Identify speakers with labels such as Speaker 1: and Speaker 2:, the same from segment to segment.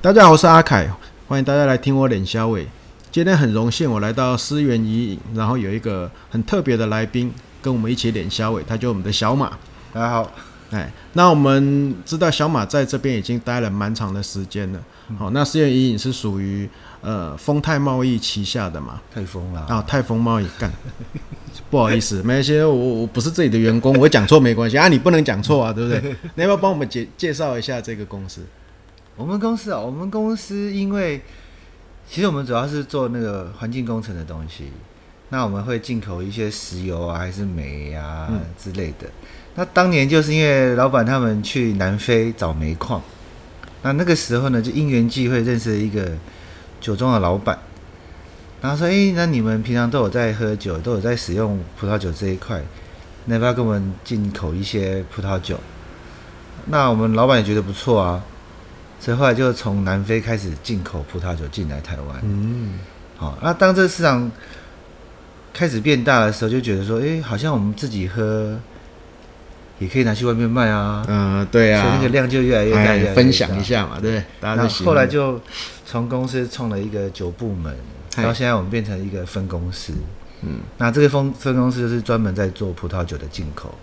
Speaker 1: 大家好，我是阿凯，欢迎大家来听我脸消伟。今天很荣幸我来到思源怡影，然后有一个很特别的来宾跟我们一起脸消伟，他就是我们的小马。
Speaker 2: 大家好，
Speaker 1: 哎，那我们知道小马在这边已经待了蛮长的时间了。
Speaker 2: 嗯
Speaker 1: 好、那思源怡影是属于呃丰泰贸易旗下的嘛？
Speaker 2: 太疯了啊！
Speaker 1: 啊，泰丰贸易干， 不好意思，没关系，啊我我不是这里的员工，我讲错没关系啊，你不能讲错啊，对不对？ 你要不要帮我们介介绍一下这个公司？
Speaker 2: 我们公司啊，我们公司因为其实我们主要是做那个环境工程的东西，那我们会进口一些石油啊，还是煤啊、
Speaker 1: 嗯
Speaker 2: 之类的。那当年就是因为老板他们去南非找煤矿，那那个时候呢，就因缘际会认识了一个酒庄的老板，然后说：“哎、那你们平常都有在喝酒，都有在使用葡萄酒这一块，那要不要跟我们进口一些葡萄酒？”那我们老板也觉得不错啊，所以后来就从南非开始进口葡萄酒进来台湾。
Speaker 1: 嗯，
Speaker 2: 好，哦那当这个市场开始变大的时候，就觉得说，诶，好像我们自己喝也可以拿去外面卖啊，
Speaker 1: 呃，对
Speaker 2: 所以
Speaker 1: 啊
Speaker 2: 那个，量就越来越大。
Speaker 1: 哎
Speaker 2: 越来越
Speaker 1: 分享一
Speaker 2: 大。
Speaker 1: 下嘛，对不对？大家
Speaker 2: 然
Speaker 1: 都
Speaker 2: 后
Speaker 1: 喜
Speaker 2: 后
Speaker 1: 欢
Speaker 2: 来就从公司创了一个酒部门，
Speaker 1: 嗨
Speaker 2: 然后现在我们变成一个分公司。嗯，那这个分分公司就是专门在做葡萄酒的进口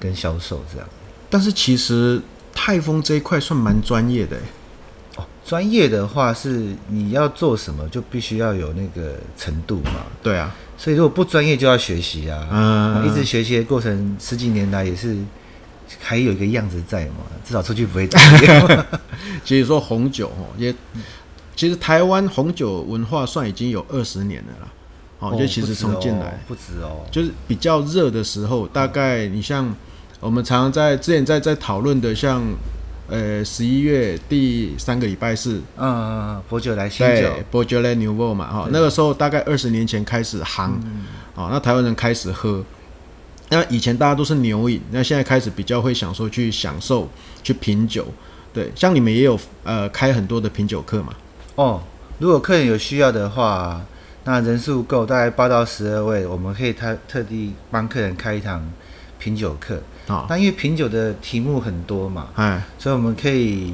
Speaker 2: 跟销售这样。
Speaker 1: 但是其实泰丰这一块算蛮专业的，哎
Speaker 2: 哦，专业的话是你要做什么，就必须要有那个程度嘛。
Speaker 1: 对啊，
Speaker 2: 所以如果不专业就要学习啊，
Speaker 1: 嗯
Speaker 2: 一直学习的过程，十几年来也是还有一个样子在嘛，至少出去不会丢掉。
Speaker 1: 其实说红酒哦，也其实台湾红酒文化算已经有二十年了啦， 哦，就其实从进来。
Speaker 2: 不止哦，
Speaker 1: 就是比较热的时候，大概你像我们常常在之前在在讨论的像，呃十一月第三个礼拜四，
Speaker 2: 嗯嗯，嗯薄酒来新酒
Speaker 1: 对，Beaujolais Nouveau 嘛，哈、那个时候大概二十年前开始行，
Speaker 2: 嗯
Speaker 1: 哦，那台湾人开始喝。那以前大家都是牛饮，那现在开始比较会想说去享受去品酒，对，像你们也有呃开很多的品酒课嘛，
Speaker 2: 哦。如果客人有需要的话，那人数够，大概八到十二位，我们可以特特地帮客人开一堂品酒课。
Speaker 1: 啊、
Speaker 2: 那因为品酒的题目很多嘛，
Speaker 1: 哎，
Speaker 2: 所以我们可以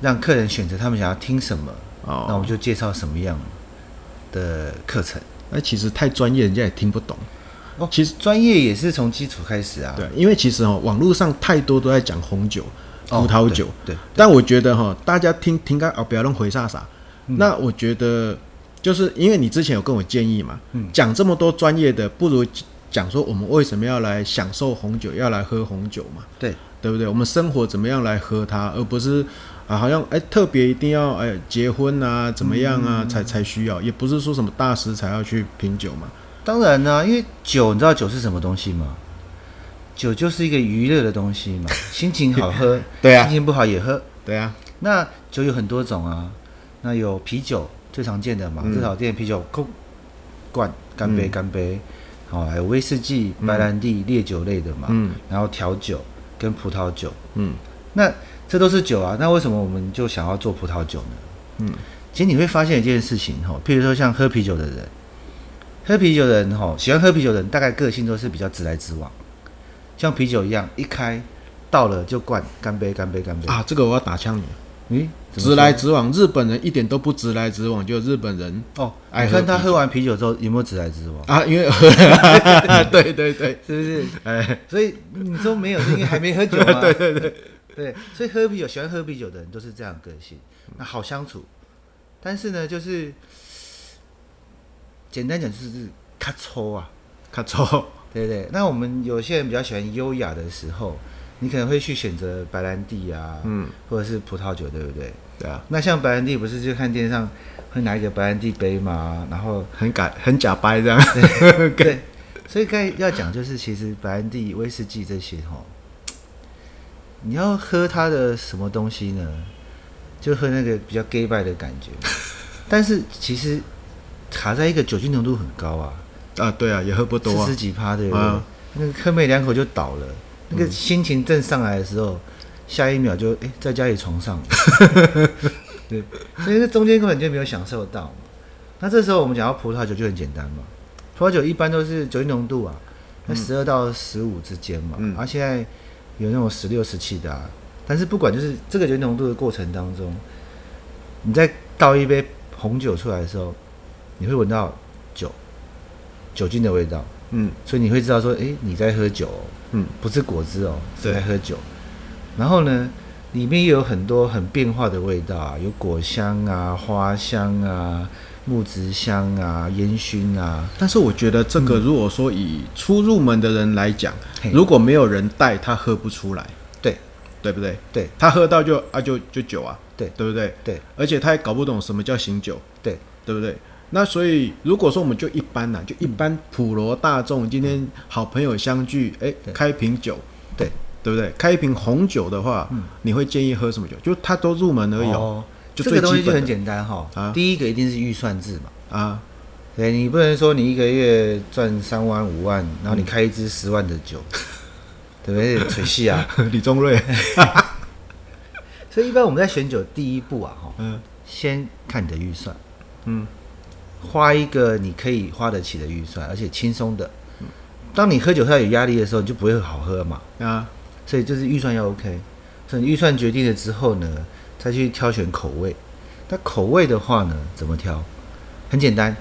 Speaker 2: 让客人选择他们想要听什么，那我
Speaker 1: 哦，
Speaker 2: 们就介绍什么样的课程。
Speaker 1: 那其实太专业，人家也听不懂。
Speaker 2: 哦
Speaker 1: 其实
Speaker 2: 专业也是从基础开始啊，
Speaker 1: 对，因为其实哦，网络上太多都在讲红酒、
Speaker 2: 哦，
Speaker 1: 葡萄酒，
Speaker 2: 对，对
Speaker 1: 但我觉得哈，大家听听个哦，不要弄回啥啥。那我觉得就是因为你之前有跟我建议嘛，讲、这么多专业的，不如讲说我们为什么要来享受红酒，要来喝红酒嘛，
Speaker 2: 对，
Speaker 1: 对不对？我们生活怎么样来喝它，而不是啊，好像哎、特别一定要哎、结婚啊怎么样啊、才才需要，也不是说什么大师才要去品酒嘛。，
Speaker 2: 当然呢、因为酒，你知道酒是什么东西吗？酒就是一个娱乐的东西嘛，心情好喝
Speaker 1: 对啊
Speaker 2: 心情不好也喝。
Speaker 1: 对啊，
Speaker 2: 那酒有很多种啊，那有啤酒最常见的嘛，
Speaker 1: 嗯
Speaker 2: 最常见的啤酒空罐干杯干杯，好、还有威士忌、白兰地、烈酒类的嘛，
Speaker 1: 嗯
Speaker 2: 然后调酒跟葡萄酒，
Speaker 1: 嗯
Speaker 2: 那这都是酒啊，那为什么我们就想要做葡萄酒呢？
Speaker 1: 嗯，
Speaker 2: 其实你会发现一件事情哈，譬如说像喝啤酒的人，喝啤酒的人哈，喜欢喝啤酒的人大概个性都是比较直来直往，像啤酒一样，一开到了就灌，干杯干杯干杯。
Speaker 1: 啊，这个我要打枪你，
Speaker 2: 咦，怎么
Speaker 1: 直来直往，日本人一点都不直来直往，就日本人。
Speaker 2: 哦，
Speaker 1: 爱
Speaker 2: 你
Speaker 1: 喝
Speaker 2: 看他
Speaker 1: 啤
Speaker 2: 喝完啤酒之后有没有直来直往？
Speaker 1: 啊，因为 对对对，
Speaker 2: 是不是？ 哎，所以你说没有，是因为还没喝酒嘛。 对对对对，所以喝啤酒，喜欢喝啤酒的人都是这样的个性，那好相处。但是呢，就是简单讲就是咔抽啊，
Speaker 1: 卡错，
Speaker 2: 对不对？那我们有些人比较喜欢优雅的时候，你可能会去选择白兰地啊，
Speaker 1: 嗯，
Speaker 2: 或者是葡萄酒，对不对？
Speaker 1: 对啊，
Speaker 2: 那像白兰地，不是就看电视上会拿一个白兰地杯嘛，然后
Speaker 1: 很假很假掰这样，
Speaker 2: 对，所以该要讲就是，其实白兰地、威士忌这些哈，你要喝它的什么东西呢？就喝那个比较 gay 拜的感觉，但是其实卡在一个酒精浓度很高啊，
Speaker 1: 啊，对啊，也喝不多
Speaker 2: 四
Speaker 1: 啊
Speaker 2: 十，几趴对不对？
Speaker 1: 嗯
Speaker 2: 那个喝没两口就倒了，那个心情正上来的时候，下一秒就哎、在家里床 上了，对，所以这中间根本就没有享受到嘛。那这时候我们讲到葡萄酒就很简单嘛，葡萄酒一般都是酒精浓度啊，那十二到十五之间嘛，
Speaker 1: 嗯
Speaker 2: 而、现在啊有那种十六、十七的啊，但是不管就是这个酒精浓度的过程当中，你在倒一杯红酒出来的时候，你会闻到酒酒精的味道，
Speaker 1: 嗯
Speaker 2: 所以你会知道说，诶，你在喝酒、哦，
Speaker 1: 嗯，
Speaker 2: 不是果汁哦，是
Speaker 1: 对
Speaker 2: 在喝酒。然后呢，里面也有很多很变化的味道啊，有果香啊、花香啊、木质香啊、烟熏啊。
Speaker 1: 但是我觉得这个如果说以初入门的人来讲，
Speaker 2: 嘿
Speaker 1: 如果没有人带，他喝不出来，
Speaker 2: 对
Speaker 1: 对不对？
Speaker 2: 对
Speaker 1: 他喝到就啊就就酒啊，
Speaker 2: 对
Speaker 1: 对不对？
Speaker 2: 对
Speaker 1: 而且他也搞不懂什么叫醒酒，
Speaker 2: 对，
Speaker 1: 对不对？那所以如果说我们就一般呐、就一般普罗大众，今天好朋友相聚，
Speaker 2: 嗯
Speaker 1: 哎，开瓶酒，
Speaker 2: 对，
Speaker 1: 对不对？开一瓶红酒的话，
Speaker 2: 嗯
Speaker 1: 你会建议喝什么酒？就他都入门而已哦，
Speaker 2: 哦，
Speaker 1: 就
Speaker 2: 这
Speaker 1: 最
Speaker 2: 个
Speaker 1: 基
Speaker 2: 东西就
Speaker 1: 本
Speaker 2: 很
Speaker 1: 的
Speaker 2: 简单哈、
Speaker 1: 啊
Speaker 2: 第一个一定是预算制嘛，
Speaker 1: 啊，
Speaker 2: 对你不能说你一个月赚三万五万，然后你开一支十万的 酒，对不对？吹戏啊！
Speaker 1: 李宗瑞，
Speaker 2: 所以一般我们在选酒第一步啊，哈，
Speaker 1: 嗯
Speaker 2: 先看你的预算，
Speaker 1: 嗯
Speaker 2: 花一个你可以花得起的预算，而且轻松的。当你喝酒喝到有压力的时候，你就不会好喝嘛。
Speaker 1: 啊，
Speaker 2: 所以就是预算要 OK。所以你预算决定了之后呢，再去挑选口味。那口味的话呢，怎么挑？很简单，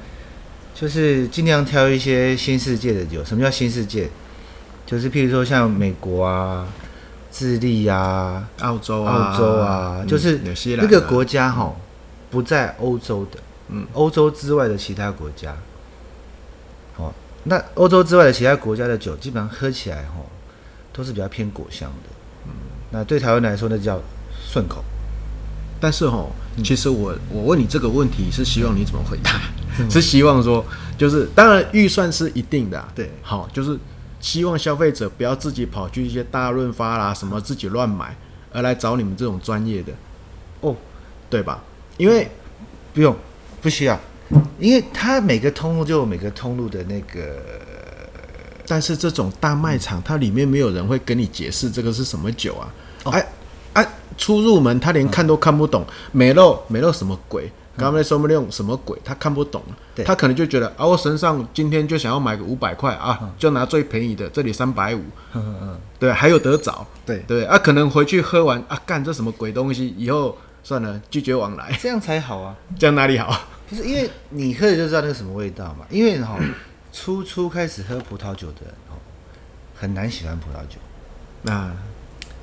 Speaker 2: 就是尽量挑一些新世界的酒。什么叫新世界？就是譬如说像美国啊、智利啊、
Speaker 1: 澳洲啊，
Speaker 2: 澳洲啊，
Speaker 1: 嗯
Speaker 2: 就是
Speaker 1: 纽西兰
Speaker 2: 那
Speaker 1: 啊
Speaker 2: 个国，家哈，不在欧洲的，
Speaker 1: 嗯，
Speaker 2: 欧洲之外的其他国家，哦，那欧洲之外的其他国家的酒，基本上喝起来哈，都是比较偏果香的，嗯，那对台湾来说，那叫顺口，
Speaker 1: 但是哦，其实我我问你这个问题是希望你怎么回答？ 是希望说，就是当然预算是一定的、啊，
Speaker 2: 对
Speaker 1: 好，就是希望消费者不要自己跑去一些大润发啦什么自己乱买，而来找你们这种专业的，
Speaker 2: 哦，
Speaker 1: 对吧？因为
Speaker 2: 不用，不需要，因为它每个通路就有每个通路的那个，
Speaker 1: 但是这种大卖场，它里面没有人会跟你解释这个是什么酒啊，
Speaker 2: 哦
Speaker 1: 哎哎、初入门他连看都看不懂，美肉美肉什么鬼？刚才说没用什么鬼，他看不懂
Speaker 2: 嗯对，
Speaker 1: 他可能就觉得啊，我身上今天就想要买个五百块啊，就拿最便宜的，这里三百五，
Speaker 2: 嗯嗯，
Speaker 1: 对，还有得找，
Speaker 2: 对
Speaker 1: 对啊，可能回去喝完啊，干这什么鬼东西，以后算了，拒绝往来，
Speaker 2: 这样才好啊。
Speaker 1: 这样哪里好？
Speaker 2: 不是因为你喝了就知道那个什么味道嘛？因为哈、初初开始喝葡萄酒的人哈、很难喜欢葡萄酒，
Speaker 1: 啊，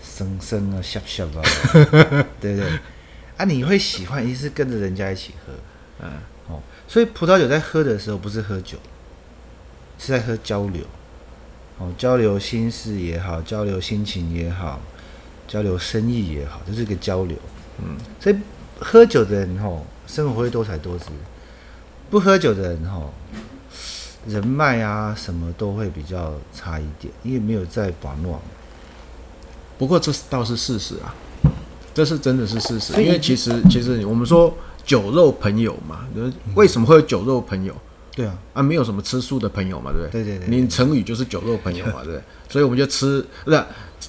Speaker 2: 生生啊、下下 啊，对不对？啊，你会喜欢，一定是跟着人家一起喝
Speaker 1: 嗯
Speaker 2: 哦。所以葡萄酒在喝的时候不是喝酒，是在喝交流哦，交流心事也好，交流心情也好，交流生意也好，这是一个交流。
Speaker 1: 嗯，
Speaker 2: 所以喝酒的人吼，生活会多才多姿；不喝酒的人吼，人脉啊什么都会比较差一点，因为没有在把握。
Speaker 1: 不过这是倒是事实啊，这是真的是事实。啊
Speaker 2: 所以
Speaker 1: 因为其实其实我们说酒肉朋友嘛，就是为什么会有酒肉朋友
Speaker 2: 对啊，
Speaker 1: 啊？没有什么吃素的朋友嘛，对不对？
Speaker 2: 对对对对
Speaker 1: 你成语就是酒肉朋友 嘛，对不对？所以我们就吃不是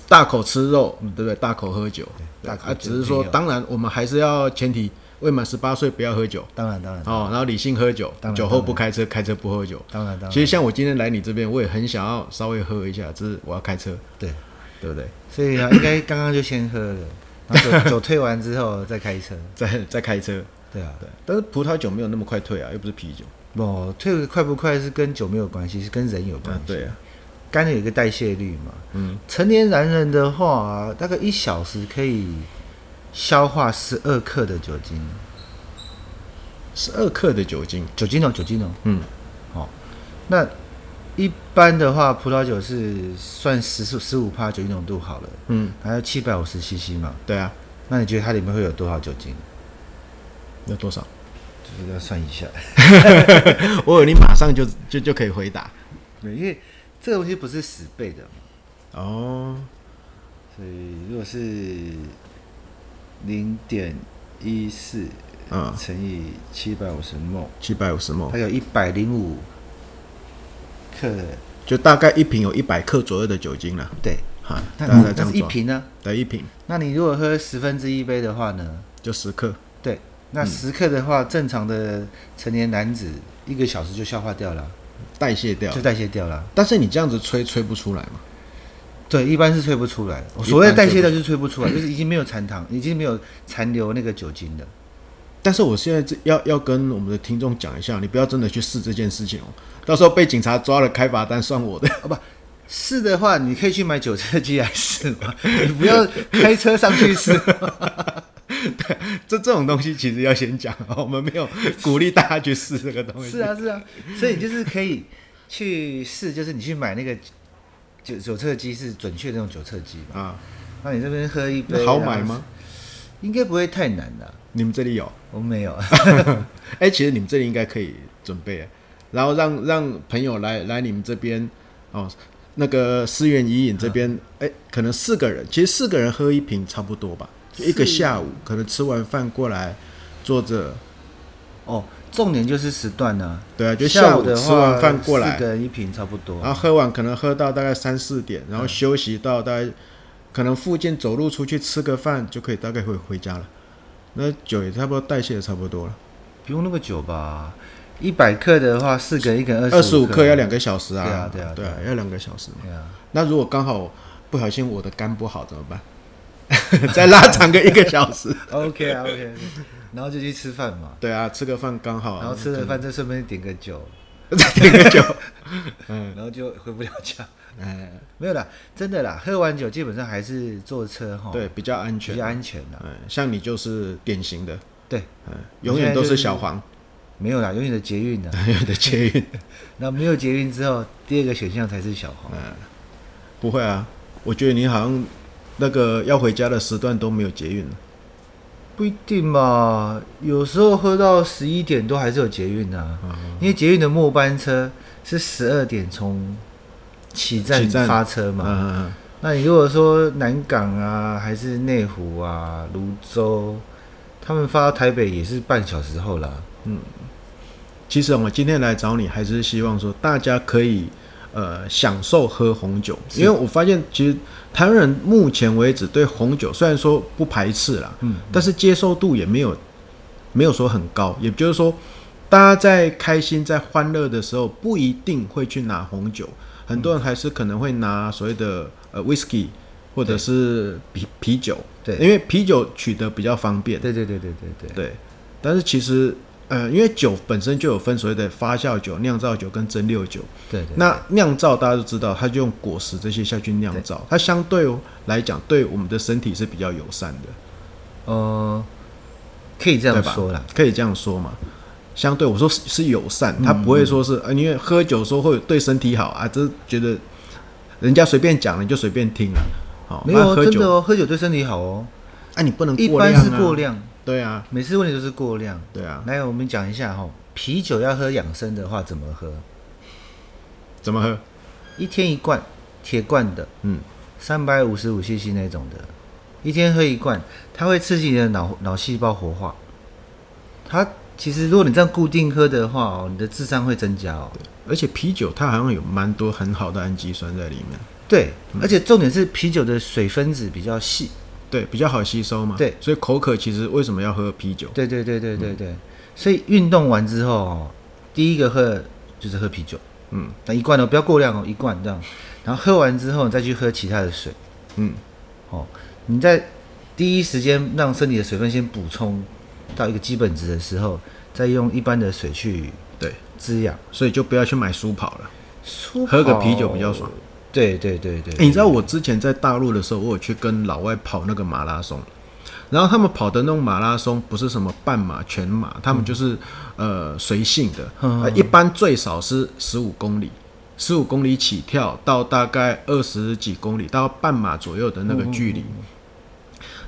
Speaker 1: 大口吃肉，对不对？大口喝酒，
Speaker 2: 大口
Speaker 1: 啊，
Speaker 2: 吃
Speaker 1: 只是说
Speaker 2: 朋友
Speaker 1: 当然我们还是要前提未满十八岁不要喝酒
Speaker 2: 当然当然，
Speaker 1: 哦，然后理性喝酒
Speaker 2: 当，然
Speaker 1: 酒后不开车，开车不喝酒。
Speaker 2: 当然当然
Speaker 1: 其实像我今天来你这边，我也很想要稍微喝一下，只是我要开车，
Speaker 2: 对。
Speaker 1: 对不对？
Speaker 2: 所以啊，应该刚刚就先喝了，然后酒酒退完之后再开车。
Speaker 1: 再再开车。
Speaker 2: 对啊，
Speaker 1: 对，但是葡萄酒没有那么快退啊，又不是啤酒。
Speaker 2: 不退得快不快是跟酒没有关系，是跟人有关系。
Speaker 1: 对啊，
Speaker 2: 肝有一个代谢率嘛，
Speaker 1: 嗯，
Speaker 2: 成年男人的话，大概一小时可以消化十二克的酒精，
Speaker 1: 十二克的酒精，
Speaker 2: 酒精哦，酒精哦，
Speaker 1: 嗯，
Speaker 2: 哦，那一般的话，葡萄酒是算十十五帕酒精浓度好了，
Speaker 1: 嗯，
Speaker 2: 还有七百五十 CC 嘛，
Speaker 1: 对啊，
Speaker 2: 那你觉得它里面会有多少酒精？
Speaker 1: 有多少？
Speaker 2: 就是要算一下，
Speaker 1: 我以为你马上就就就可以回答。
Speaker 2: 对因为这个东西不是十倍的嘛，
Speaker 1: 哦，
Speaker 2: 所以如果是零点一四
Speaker 1: 嗯，
Speaker 2: 乘以七百五十 m
Speaker 1: 七百五十
Speaker 2: 它
Speaker 1: 毫，
Speaker 2: 有一百零五克的，
Speaker 1: 就大概一瓶有一百克左右的酒精了。
Speaker 2: 对，
Speaker 1: 哈，
Speaker 2: 那嗯
Speaker 1: 大概这
Speaker 2: 那
Speaker 1: 样
Speaker 2: 是一
Speaker 1: 抓，
Speaker 2: 瓶呢？
Speaker 1: 对，一瓶
Speaker 2: 那你如果喝十分之一杯的话呢？
Speaker 1: 就十克。
Speaker 2: 对，
Speaker 1: 嗯
Speaker 2: 那十克的话，正常的成年男子一个小时就消化掉了，
Speaker 1: 代谢掉
Speaker 2: 就，代谢掉了。
Speaker 1: 但是你这样子吹吹不出来嘛？
Speaker 2: 对，一般是吹不出来。
Speaker 1: 哦一般
Speaker 2: 所谓的代谢掉就是吹不出来，就是已经没有残糖，已经没有残留那个酒精的。
Speaker 1: 但是我现在这要要跟我们的听众讲一下，你不要真的去试这件事情哦，到时候被警察抓了，开罚单算我的。
Speaker 2: 是的话，你可以去买九车机来试嘛， 你不要开车上 去试。
Speaker 1: 这这种东西其实要先讲哦，我们没有鼓励大家去试这个东西。
Speaker 2: 是啊，是啊，所以你就是可以去试，就是你去买那个九九测机是准确的那种九测机嘛。
Speaker 1: 啊，
Speaker 2: 那你这边喝一杯啊
Speaker 1: 那好买吗？？
Speaker 2: 应该不会太难的、啊
Speaker 1: 你们这里有？
Speaker 2: 我没 有，
Speaker 1: 哎、其实你们这里应该可以准备，啊然后让让朋友来来你们这边哦，那个思源怡饮这边，
Speaker 2: 啊
Speaker 1: 哎、可能四个人，其实四个人喝一瓶差不多吧，就一个
Speaker 2: 是
Speaker 1: 下午，可能吃完饭过来坐着，
Speaker 2: 哦，重点就是时段呢、
Speaker 1: 对啊，就
Speaker 2: 下
Speaker 1: 午
Speaker 2: 的话，
Speaker 1: 吃完饭过来啊
Speaker 2: 四，个人一瓶差不多。
Speaker 1: 然后喝完可能喝到大概三四点，
Speaker 2: 啊
Speaker 1: 然后休息到大概可能附近走路出去吃个饭就可以大概回回家了，那酒也差不多代谢也差不多了，
Speaker 2: 不用那么久吧？一百克的话，四个一个人
Speaker 1: 二
Speaker 2: 十
Speaker 1: 十五
Speaker 2: 五
Speaker 1: 克要两个小时
Speaker 2: 对啊对啊
Speaker 1: 对
Speaker 2: 对啊
Speaker 1: 要两个小时嘛。
Speaker 2: 对啊，
Speaker 1: 那如果刚好不小心我的肝不好怎么办？ 再拉长个一个小时。
Speaker 2: OK 啊 OK，然后就去吃饭嘛，
Speaker 1: 对啊，吃个饭刚好，
Speaker 2: 然后吃了饭再顺便点个酒，
Speaker 1: 再点个 酒。嗯
Speaker 2: 然后就回不了 家。
Speaker 1: 哎，
Speaker 2: 没有啦，真的啦，喝完酒基本上还是坐车哈，
Speaker 1: 对，，比较安
Speaker 2: 哦比
Speaker 1: 全
Speaker 2: 较。安全啦。
Speaker 1: 嗯，像你就是典型的，
Speaker 2: 对，
Speaker 1: 嗯，永远都是小黄，
Speaker 2: 没有啦，永远的捷运啦。
Speaker 1: 永远的捷运。
Speaker 2: 那没有捷运之后，第二个选项才是小
Speaker 1: 嗯
Speaker 2: 黄。
Speaker 1: 不会啊，我觉得你好像那个要回家的时段都没有捷运了。
Speaker 2: 不一定嘛，有时候喝到十一点多还是有捷运啊，
Speaker 1: 嗯
Speaker 2: 因为捷运的末班车是十二点从起站
Speaker 1: 起站
Speaker 2: 发车
Speaker 1: 嗯
Speaker 2: 嘛。
Speaker 1: 嗯嗯，
Speaker 2: 那你如果说南港啊，还是内湖啊、泸州，他们发到台北也是半小时后啦。
Speaker 1: 其实我今天来找你，还是希望说大家可以呃享受喝红酒，因为我发现其实台湾人目前为止对红酒虽然说不排斥啦，
Speaker 2: 嗯，
Speaker 1: 但是接受度也没有没有说很高，也就是说大家在开心在欢乐的时候不一定会去拿红酒，很多人还是可能会拿所谓的呃 whisky 或者是啤啤酒，
Speaker 2: 对
Speaker 1: 因为啤酒取得比较方便，
Speaker 2: 对对对对对对，
Speaker 1: 对，但是其实呃，因为酒本身就有分所谓的发酵酒、酿造酒跟蒸馏酒。
Speaker 2: 对对。
Speaker 1: 那酿造大家都知道，它就用果实这些下去酿造，它相对来讲对我们的身体是比较友善的，
Speaker 2: 呃，可以这
Speaker 1: 对
Speaker 2: 样
Speaker 1: 吧？
Speaker 2: 说啦。嗯
Speaker 1: 可以这样说嘛。相对我说是是友善，它不会说是、呃，因为喝酒说会对身体好啊，这觉得人家随便讲你就随便听了、好、
Speaker 2: 没
Speaker 1: 那
Speaker 2: 有
Speaker 1: 喝
Speaker 2: 真的
Speaker 1: 酒，
Speaker 2: 哦，喝酒对身体好哦。
Speaker 1: 啊，你不能
Speaker 2: 一
Speaker 1: 过量、
Speaker 2: 般
Speaker 1: 啊，
Speaker 2: 是过，量，
Speaker 1: 对啊，
Speaker 2: 每次问题都是过量。
Speaker 1: 对啊，
Speaker 2: 来，我们讲一下哈、啤酒要喝养生的话怎么喝？
Speaker 1: 怎么喝？
Speaker 2: 一天一罐，铁罐的，
Speaker 1: 嗯，
Speaker 2: 三百五十五 CC 那种的，一天喝一罐，它会刺激你的脑脑细胞活化。它其实如果你这样固定喝的话哦，你的智商会增加哦。
Speaker 1: 而且啤酒它好像有蛮多很好的氨基酸在里面，
Speaker 2: 对，而且重点是啤酒的水分子比较细。
Speaker 1: 对，比较好吸收嘛。
Speaker 2: 对
Speaker 1: 所以口渴其实为什么要喝啤酒？
Speaker 2: 对对对对
Speaker 1: 嗯
Speaker 2: 对对，所以运动完之后哦，第一个喝的就是喝啤酒，
Speaker 1: 嗯
Speaker 2: 那一罐哦，不要过量哦，一罐这样，然后喝完之后你再去喝其他的水。
Speaker 1: 嗯，
Speaker 2: 哦，你在第一时间让身体的水分先补充到一个基本值的时候，再用一般的水去
Speaker 1: 对，
Speaker 2: 滋养。
Speaker 1: 所以就不要去买舒跑了。
Speaker 2: 舒
Speaker 1: 喝个
Speaker 2: 跑
Speaker 1: 啤酒比较爽。
Speaker 2: 对对对对
Speaker 1: 诶你知道我之前在大陆的时候，我有去跟老外跑那个马拉松，然后他们跑的那种马拉松不是什么半马、全马，他们就是、呃随性的，
Speaker 2: 嗯
Speaker 1: 呃一般最少是十五公里。十五公里起跳到大概二十几公里，到半马左右的那
Speaker 2: 嗯
Speaker 1: 个距离。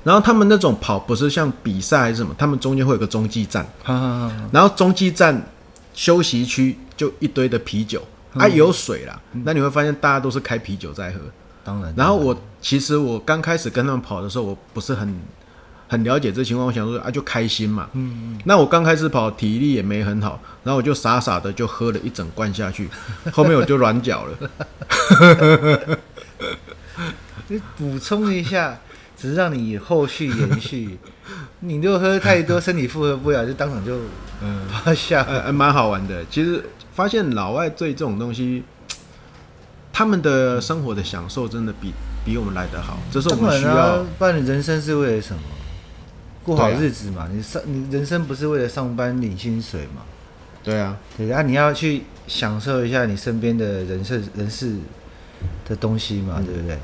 Speaker 1: 然后他们那种跑不是像比赛还是什么，他们中间会有个中继站，
Speaker 2: 好好好，
Speaker 1: 然后中继站休息区就一堆的啤酒，
Speaker 2: 嗯
Speaker 1: 啊有水啦，那你会发现大家都是开啤酒在喝。
Speaker 2: 当然。
Speaker 1: 然后我其实我刚开始跟他们跑的时候，我不是很很了解这情况，我想说啊就开心嘛。嗯那我刚开始跑体力也没很好，然后我就傻傻的就喝了一整罐下 去，后面我就软脚了。
Speaker 2: 你补充一下，只是让你后续延续。你如果喝太多，身体负荷不了，就当场就趴下。
Speaker 1: 呃，呃蛮好玩的。其实发现老外对这种东西，他们的生活的享受真的比比我们来得好，这是我
Speaker 2: 当
Speaker 1: 们
Speaker 2: 然
Speaker 1: 需要
Speaker 2: 啊，不然你人生是为了什么？过好
Speaker 1: 对啊
Speaker 2: 日子嘛。你上你人生不是为了上班领薪水嘛？
Speaker 1: 对啊，
Speaker 2: 对啊，你要去享受一下你身边的人事人事的东西嘛，
Speaker 1: 嗯
Speaker 2: 对不对？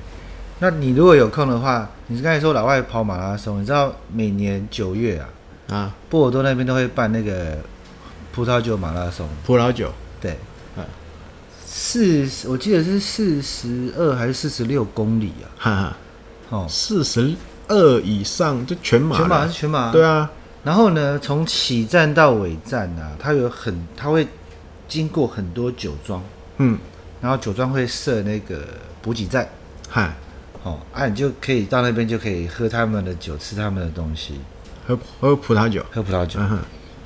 Speaker 2: 那你如果有空的话，你刚才说老外跑马拉松，你知道每年九月啊，
Speaker 1: 啊，
Speaker 2: 波尔多那边都会办那个葡萄酒马拉松，
Speaker 1: 葡萄酒，
Speaker 2: 对，
Speaker 1: 嗯
Speaker 2: 四十我记得是四十二还是四十六公里啊？
Speaker 1: 哈
Speaker 2: 哦
Speaker 1: 哈，，四十二以上就全马了，
Speaker 2: 全马是全马，
Speaker 1: 对啊，
Speaker 2: 然后呢，从起站到尾站啊，它有很，它会经过很多酒庄，
Speaker 1: 嗯，
Speaker 2: 然后酒庄会设那个补给站，
Speaker 1: 嗨，
Speaker 2: 哦，啊，你就可以到那边就可以喝他们的酒，吃他们的东西，
Speaker 1: 喝喝葡萄酒，
Speaker 2: 喝葡萄酒。
Speaker 1: 嗯哼，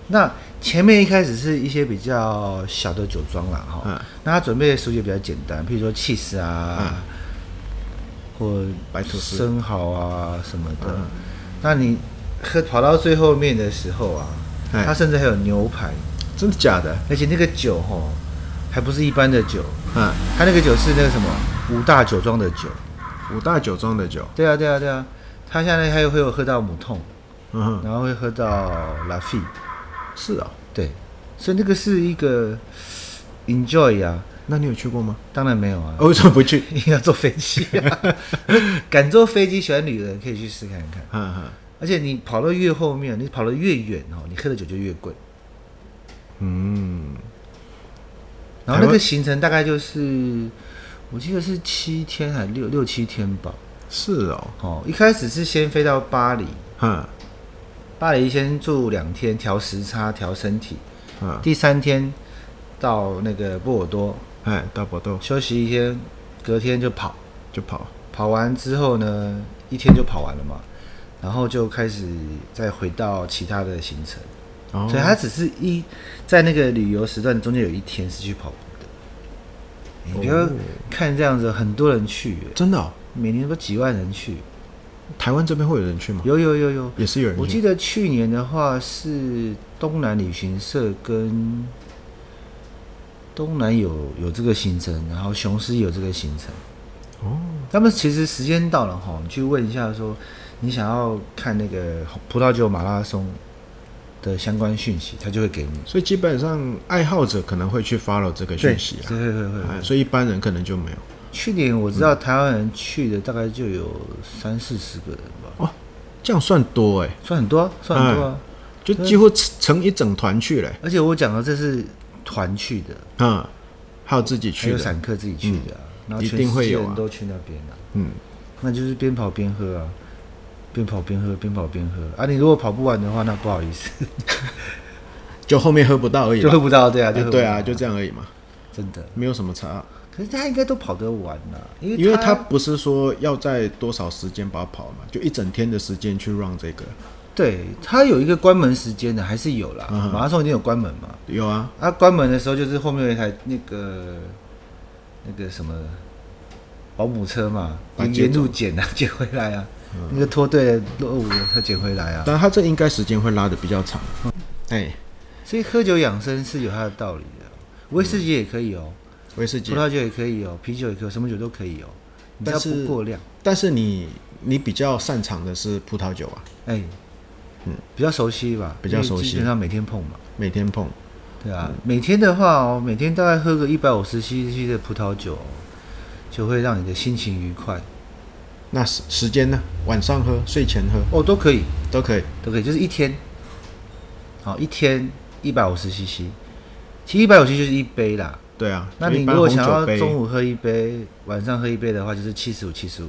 Speaker 2: 那前面一开始是一些比较小的酒庄啦，哈、
Speaker 1: 嗯
Speaker 2: 那它准备的食物也比较简单，譬如说 cheese 啊，或
Speaker 1: 白吐司
Speaker 2: 生蚝啊什么的。那你喝跑到最后面的时候啊，
Speaker 1: 哎
Speaker 2: 它甚至还有牛排。
Speaker 1: 真的假的？
Speaker 2: 而且那个酒吼，还不是一般的酒，
Speaker 1: 嗯，
Speaker 2: 他那个酒是那个什么五大酒庄的酒。
Speaker 1: 五大酒庄的酒，
Speaker 2: 对啊，对啊，对啊。他现在还有会有喝到母痛，
Speaker 1: 嗯哼，
Speaker 2: 然后会喝到拉菲，
Speaker 1: 是哦，
Speaker 2: 对，所以那个是一个 enjoy 啊，
Speaker 1: 那你有去过吗？
Speaker 2: 当然没有 啊，
Speaker 1: 哦为什么不去？
Speaker 2: 因为要坐飞机啊， 敢坐飞机喜欢旅的人可以去试看看。
Speaker 1: 嗯哼，
Speaker 2: 而且你跑到越后面，你跑得越远哦，你喝的酒就越贵。
Speaker 1: 嗯，
Speaker 2: 然
Speaker 1: 台
Speaker 2: 后那个
Speaker 1: 湾
Speaker 2: 行程大概就是，我记得是七天还六六七天吧。
Speaker 1: 是哦，嗯
Speaker 2: 哦，一开始是先飞到巴黎，
Speaker 1: 哼，
Speaker 2: 巴黎先住两天，调时差，调身体。
Speaker 1: 嗯，
Speaker 2: 第三天到那个波尔多
Speaker 1: 哎，大搏斗
Speaker 2: 休息一天，隔天就跑。
Speaker 1: 就跑，
Speaker 2: 跑完之后呢，一天就跑完了嘛，然后就开始再回到其他的行程。
Speaker 1: 哦，
Speaker 2: 所以它只是一在那个旅游时段中间有一天是去跑步的。你不要
Speaker 1: 哦
Speaker 2: 看这样子，很多人去耶，
Speaker 1: 真的哦，
Speaker 2: 每年都几万人去。
Speaker 1: 台湾这边会有人去吗？
Speaker 2: 有有有有，
Speaker 1: 也是有人去，
Speaker 2: 我记得去年的话是东南旅行社跟东南有有这个行程，然后雄狮有这个行程。
Speaker 1: 哦，
Speaker 2: 他们其实时间到了哈，你去问一下说你想要看那个葡萄酒马拉松的相关讯息，他就会给你
Speaker 1: 所以基本上爱好者可能会去 follow 这个讯息
Speaker 2: 对
Speaker 1: 啊，
Speaker 2: 对对对
Speaker 1: 哎
Speaker 2: 对。
Speaker 1: 所以一般人可能就没有。
Speaker 2: 去年我知
Speaker 1: 嗯
Speaker 2: 道台湾人去的大概就有三四十个人吧，
Speaker 1: 哦，这样算多哎、
Speaker 2: 算很多啊，算很多啊。
Speaker 1: 就几乎成一整团去嘞、
Speaker 2: 而且我讲的这是团去的，
Speaker 1: 嗯，还有自己
Speaker 2: 还
Speaker 1: 去
Speaker 2: 有
Speaker 1: 的，嗯
Speaker 2: 散客自己去的、啊，然后
Speaker 1: 一
Speaker 2: 全
Speaker 1: 定会
Speaker 2: 世界
Speaker 1: 有啊
Speaker 2: 人都去那边啊，
Speaker 1: 嗯，
Speaker 2: 那就是边跑边喝啊，边跑边喝，边跑边喝啊。你如果跑不完的话，那不好意思，
Speaker 1: 就后面喝不到而已
Speaker 2: 就
Speaker 1: 啦，
Speaker 2: 喝不到，对啊，就
Speaker 1: 哎
Speaker 2: 喝不到
Speaker 1: 对啊，就这样而已嘛，
Speaker 2: 真的。
Speaker 1: 没有什么差，
Speaker 2: 可是他应该都跑得完呐、因为
Speaker 1: 因为
Speaker 2: 他
Speaker 1: 他不是说要在多少时间把它跑嘛，就一整天的时间去 run 这个，
Speaker 2: 对他有一个关门时间的，还是有啦。
Speaker 1: 嗯哼
Speaker 2: 马拉松一定有关门嘛，
Speaker 1: 有啊，
Speaker 2: 啊，关门的时候就是后面有一台那个那个什么保姆车嘛，
Speaker 1: 把它
Speaker 2: 沿
Speaker 1: 接
Speaker 2: 沿
Speaker 1: 走嗯
Speaker 2: 路捡啊， 捡回来啊，那个脱队的落伍的他捡回来啊。
Speaker 1: 但他这应该时间会拉的比较长，
Speaker 2: 嗯
Speaker 1: 哎、
Speaker 2: 所以喝酒养生是有它的道理的，威士忌也可以哦，
Speaker 1: 威士
Speaker 2: 葡
Speaker 1: 忌，
Speaker 2: 萄酒也可以哦，啤酒也可以，什么酒都可以哦，你只要
Speaker 1: 但是
Speaker 2: 不过量，
Speaker 1: 但是你你比较擅长的是葡萄酒啊，
Speaker 2: 哎，嗯，比较熟悉吧，
Speaker 1: 比较熟悉嗯
Speaker 2: 因为基本上每天碰嘛，
Speaker 1: 每天碰，
Speaker 2: 对啊，每天的话哦，每天大概喝个一百五十 CC 的葡萄酒哦、就会让你的心情愉快
Speaker 1: 那时时间呢？晚上喝、睡前喝
Speaker 2: 哦，都可以，
Speaker 1: 都可以，
Speaker 2: 都可以，就是一天，好，一天一百五十 CC，其实一百五十就是一杯啦。
Speaker 1: 对啊，
Speaker 2: 那
Speaker 1: 就
Speaker 2: 你
Speaker 1: 一般
Speaker 2: 如果
Speaker 1: 红
Speaker 2: 想
Speaker 1: 酒
Speaker 2: 要
Speaker 1: 杯
Speaker 2: 中午喝一杯，晚上喝一杯的话，就是七十五七十五，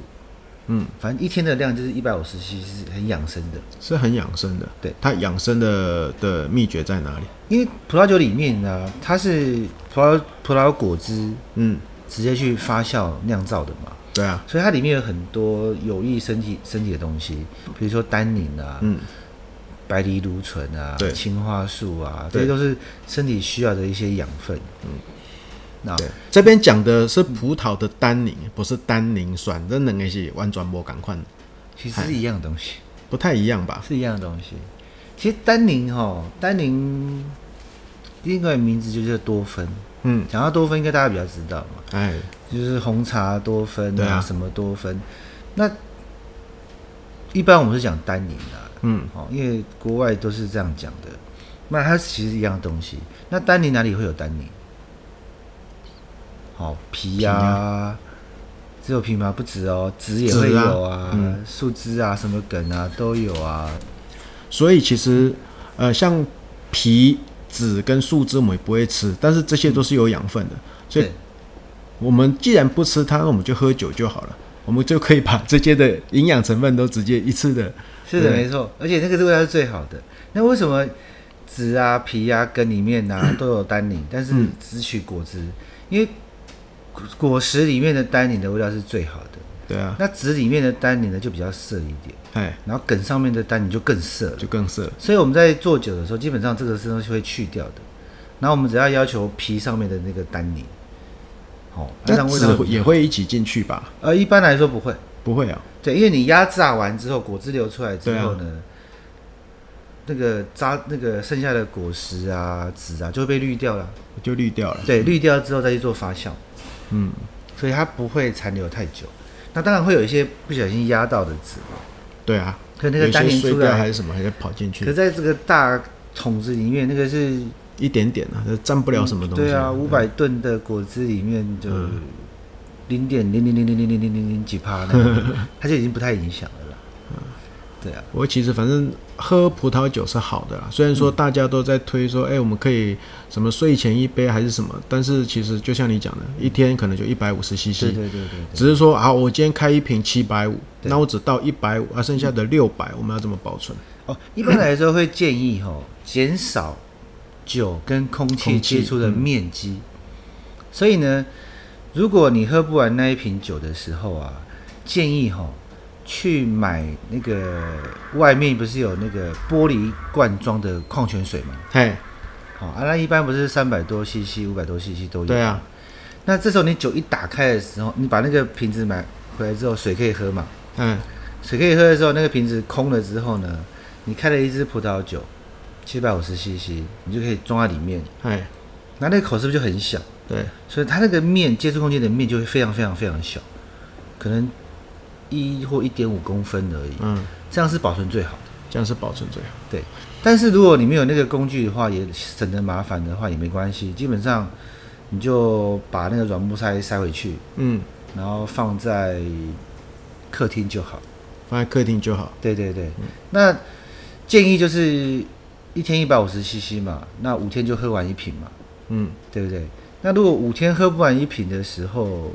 Speaker 1: 嗯，
Speaker 2: 反正一天的量就是一百五十 cc，是很养生的。
Speaker 1: 是很养生的。
Speaker 2: 对
Speaker 1: 它养生的的秘诀在哪里？
Speaker 2: 因为葡萄酒里面呢，它是葡萄葡萄果汁
Speaker 1: 嗯，
Speaker 2: 直接去发酵酿造的嘛，
Speaker 1: 对啊，
Speaker 2: 所以它里面有很多有益身体身体的东西，比如说单宁啊、
Speaker 1: 嗯，
Speaker 2: 白藜芦醇啊
Speaker 1: 对、
Speaker 2: 青花素啊，这
Speaker 1: 对
Speaker 2: 些都是身体需要的一些养分。嗯，那
Speaker 1: 对，这边讲的是葡萄的单宁，不是单宁酸，这两个是完全不赶快，
Speaker 2: 其实是一样的东西，
Speaker 1: 不太一样吧？
Speaker 2: 是一样的东西。其实单宁哈，单宁另外一个名字就叫多酚。
Speaker 1: 嗯，
Speaker 2: 讲到多酚，应该大家比较知道嘛，
Speaker 1: 哎，
Speaker 2: 就是红茶多酚
Speaker 1: 对
Speaker 2: 啊，
Speaker 1: 啊
Speaker 2: 什么多酚。那一般我们是讲单宁啊，
Speaker 1: 嗯，
Speaker 2: 哦，因为国外都是这样讲的。那它其实一样的东西。那丹宁哪里会有丹宁？好、皮呀、只有皮吗？不止哦，籽也
Speaker 1: 啊
Speaker 2: 会
Speaker 1: 籽啊
Speaker 2: 有啊，树枝啊，什么梗啊都有啊。
Speaker 1: 所以其实呃，像皮、籽跟树枝我们也不会吃，但是这些都是有养分的，所以
Speaker 2: 对
Speaker 1: 我们既然不吃它，那我们就喝酒就好了，我们就可以把这些的营养成分都直接一次的，
Speaker 2: 是的，
Speaker 1: 对
Speaker 2: 没错，而且那个味道是最好的。那为什么籽啊、皮啊、根里面 啊都有单宁，但是
Speaker 1: 嗯
Speaker 2: 只取果汁？因为果果实里面的单宁的味道是最好的，
Speaker 1: 对啊，
Speaker 2: 那籽里面的单宁呢就比较涩一点，
Speaker 1: 哎，
Speaker 2: 然后梗上面的单宁就更涩了。
Speaker 1: 就更色。
Speaker 2: 所以我们在做酒的时候，基本上这个东西会去掉的。然后我们只要要求皮上面的那个单宁，哦，那
Speaker 1: 那
Speaker 2: 让味
Speaker 1: 籽
Speaker 2: 道
Speaker 1: 也会一起进去吧？
Speaker 2: 呃，一般来说不会，
Speaker 1: 不会啊，
Speaker 2: 对，因为你压榨完之后，果汁流出来之后
Speaker 1: 对啊
Speaker 2: 呢，那个渣那个剩下的果实啊、籽啊就会被滤掉了。
Speaker 1: 就滤掉了。
Speaker 2: 对，滤掉之后再去做发酵，
Speaker 1: 嗯，
Speaker 2: 所以它不会残留太久。那当然会有一些不小心压到的籽，
Speaker 1: 对啊，
Speaker 2: 可那个
Speaker 1: 有
Speaker 2: 单
Speaker 1: 些
Speaker 2: 宁
Speaker 1: 碎
Speaker 2: 出
Speaker 1: 掉还
Speaker 2: 来，
Speaker 1: 是什么，还是跑进
Speaker 2: 可
Speaker 1: 去
Speaker 2: 在这个大桶子里面，那个是
Speaker 1: 一点点啊，这占不了什么东西。嗯
Speaker 2: 对啊，五百吨的果汁里面就零点零零零零零零零零零几趴，那种它就已经不太影响了啦。
Speaker 1: 嗯
Speaker 2: 对啊，
Speaker 1: 我其实反正喝葡萄酒是好的啦，啊虽然
Speaker 2: 嗯
Speaker 1: 说大家都在推说，哎、我们可以什么睡前一杯还是什么，但是其实就像你讲的，一天可能就一百五十 CC，
Speaker 2: 对对对对对。
Speaker 1: 只是说好，我今天开一瓶七百五，
Speaker 2: 对嗯
Speaker 1: 那我只倒一百五，啊，剩下的六百我们要怎么保存？
Speaker 2: 哦，一般来说会建议吼减少酒跟空气
Speaker 1: 空气嗯
Speaker 2: 接触的面积。所以呢，如果你喝不完那一瓶酒的时候啊，建议吼去买那个外面不是有那个玻璃罐装的矿泉水吗？
Speaker 1: 嘿，
Speaker 2: 好、啊，那一般不是三百多 CC、五百多 CC 都有。
Speaker 1: 对啊，
Speaker 2: 那这时候你酒一打开的时候，你把那个瓶子买回来之后，水可以喝嘛？
Speaker 1: 嗯，
Speaker 2: 水可以喝的时候，那个瓶子空了之后呢，你开了一支葡萄酒，七百五十 CC，你就可以装在里面。
Speaker 1: 嘿，
Speaker 2: 那那个口是不是就很小？
Speaker 1: 对，
Speaker 2: 所以它那个面接触空间的面就会非常非常非常小，可能一或一点五公分而已。
Speaker 1: 嗯，
Speaker 2: 这样是保存最好的。
Speaker 1: 这样是保存最好。
Speaker 2: 对，但是如果你没有那个工具的话，也省得麻烦的话也没关系，基本上你就把那个软木塞塞回去，
Speaker 1: 嗯，
Speaker 2: 然后放在客厅就好。
Speaker 1: 放在客厅就好。
Speaker 2: 对对对，那建议就是一天一百五十 CC 嘛，那五天就喝完一瓶嘛，
Speaker 1: 嗯，
Speaker 2: 对不对？那如果五天喝不完一瓶的时候，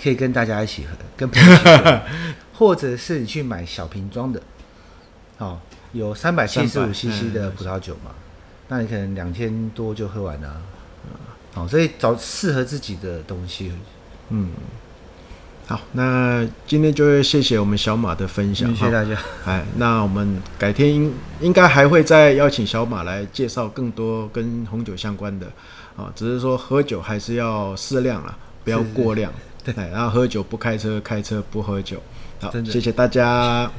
Speaker 2: 可以跟大家一起喝，跟朋友一起 喝，或者是你去买小瓶装的，哦，有三百嗯七十五
Speaker 1: 300
Speaker 2: CC 的葡萄酒嘛，那你可能两天多就喝完了、啊，哦，所以找适合自己的东西。
Speaker 1: 好，那今天就会谢谢我们小马的分享
Speaker 2: 谢
Speaker 1: 哈
Speaker 2: 谢。大家，
Speaker 1: 哎，那我们改天应应该还会再邀请小马来介绍更多跟红酒相关的啊，只是说喝酒还是要适量啦，不哎要过量。对，然后喝酒不开车，开车不喝酒。好，
Speaker 2: 真的
Speaker 1: 谢谢大家。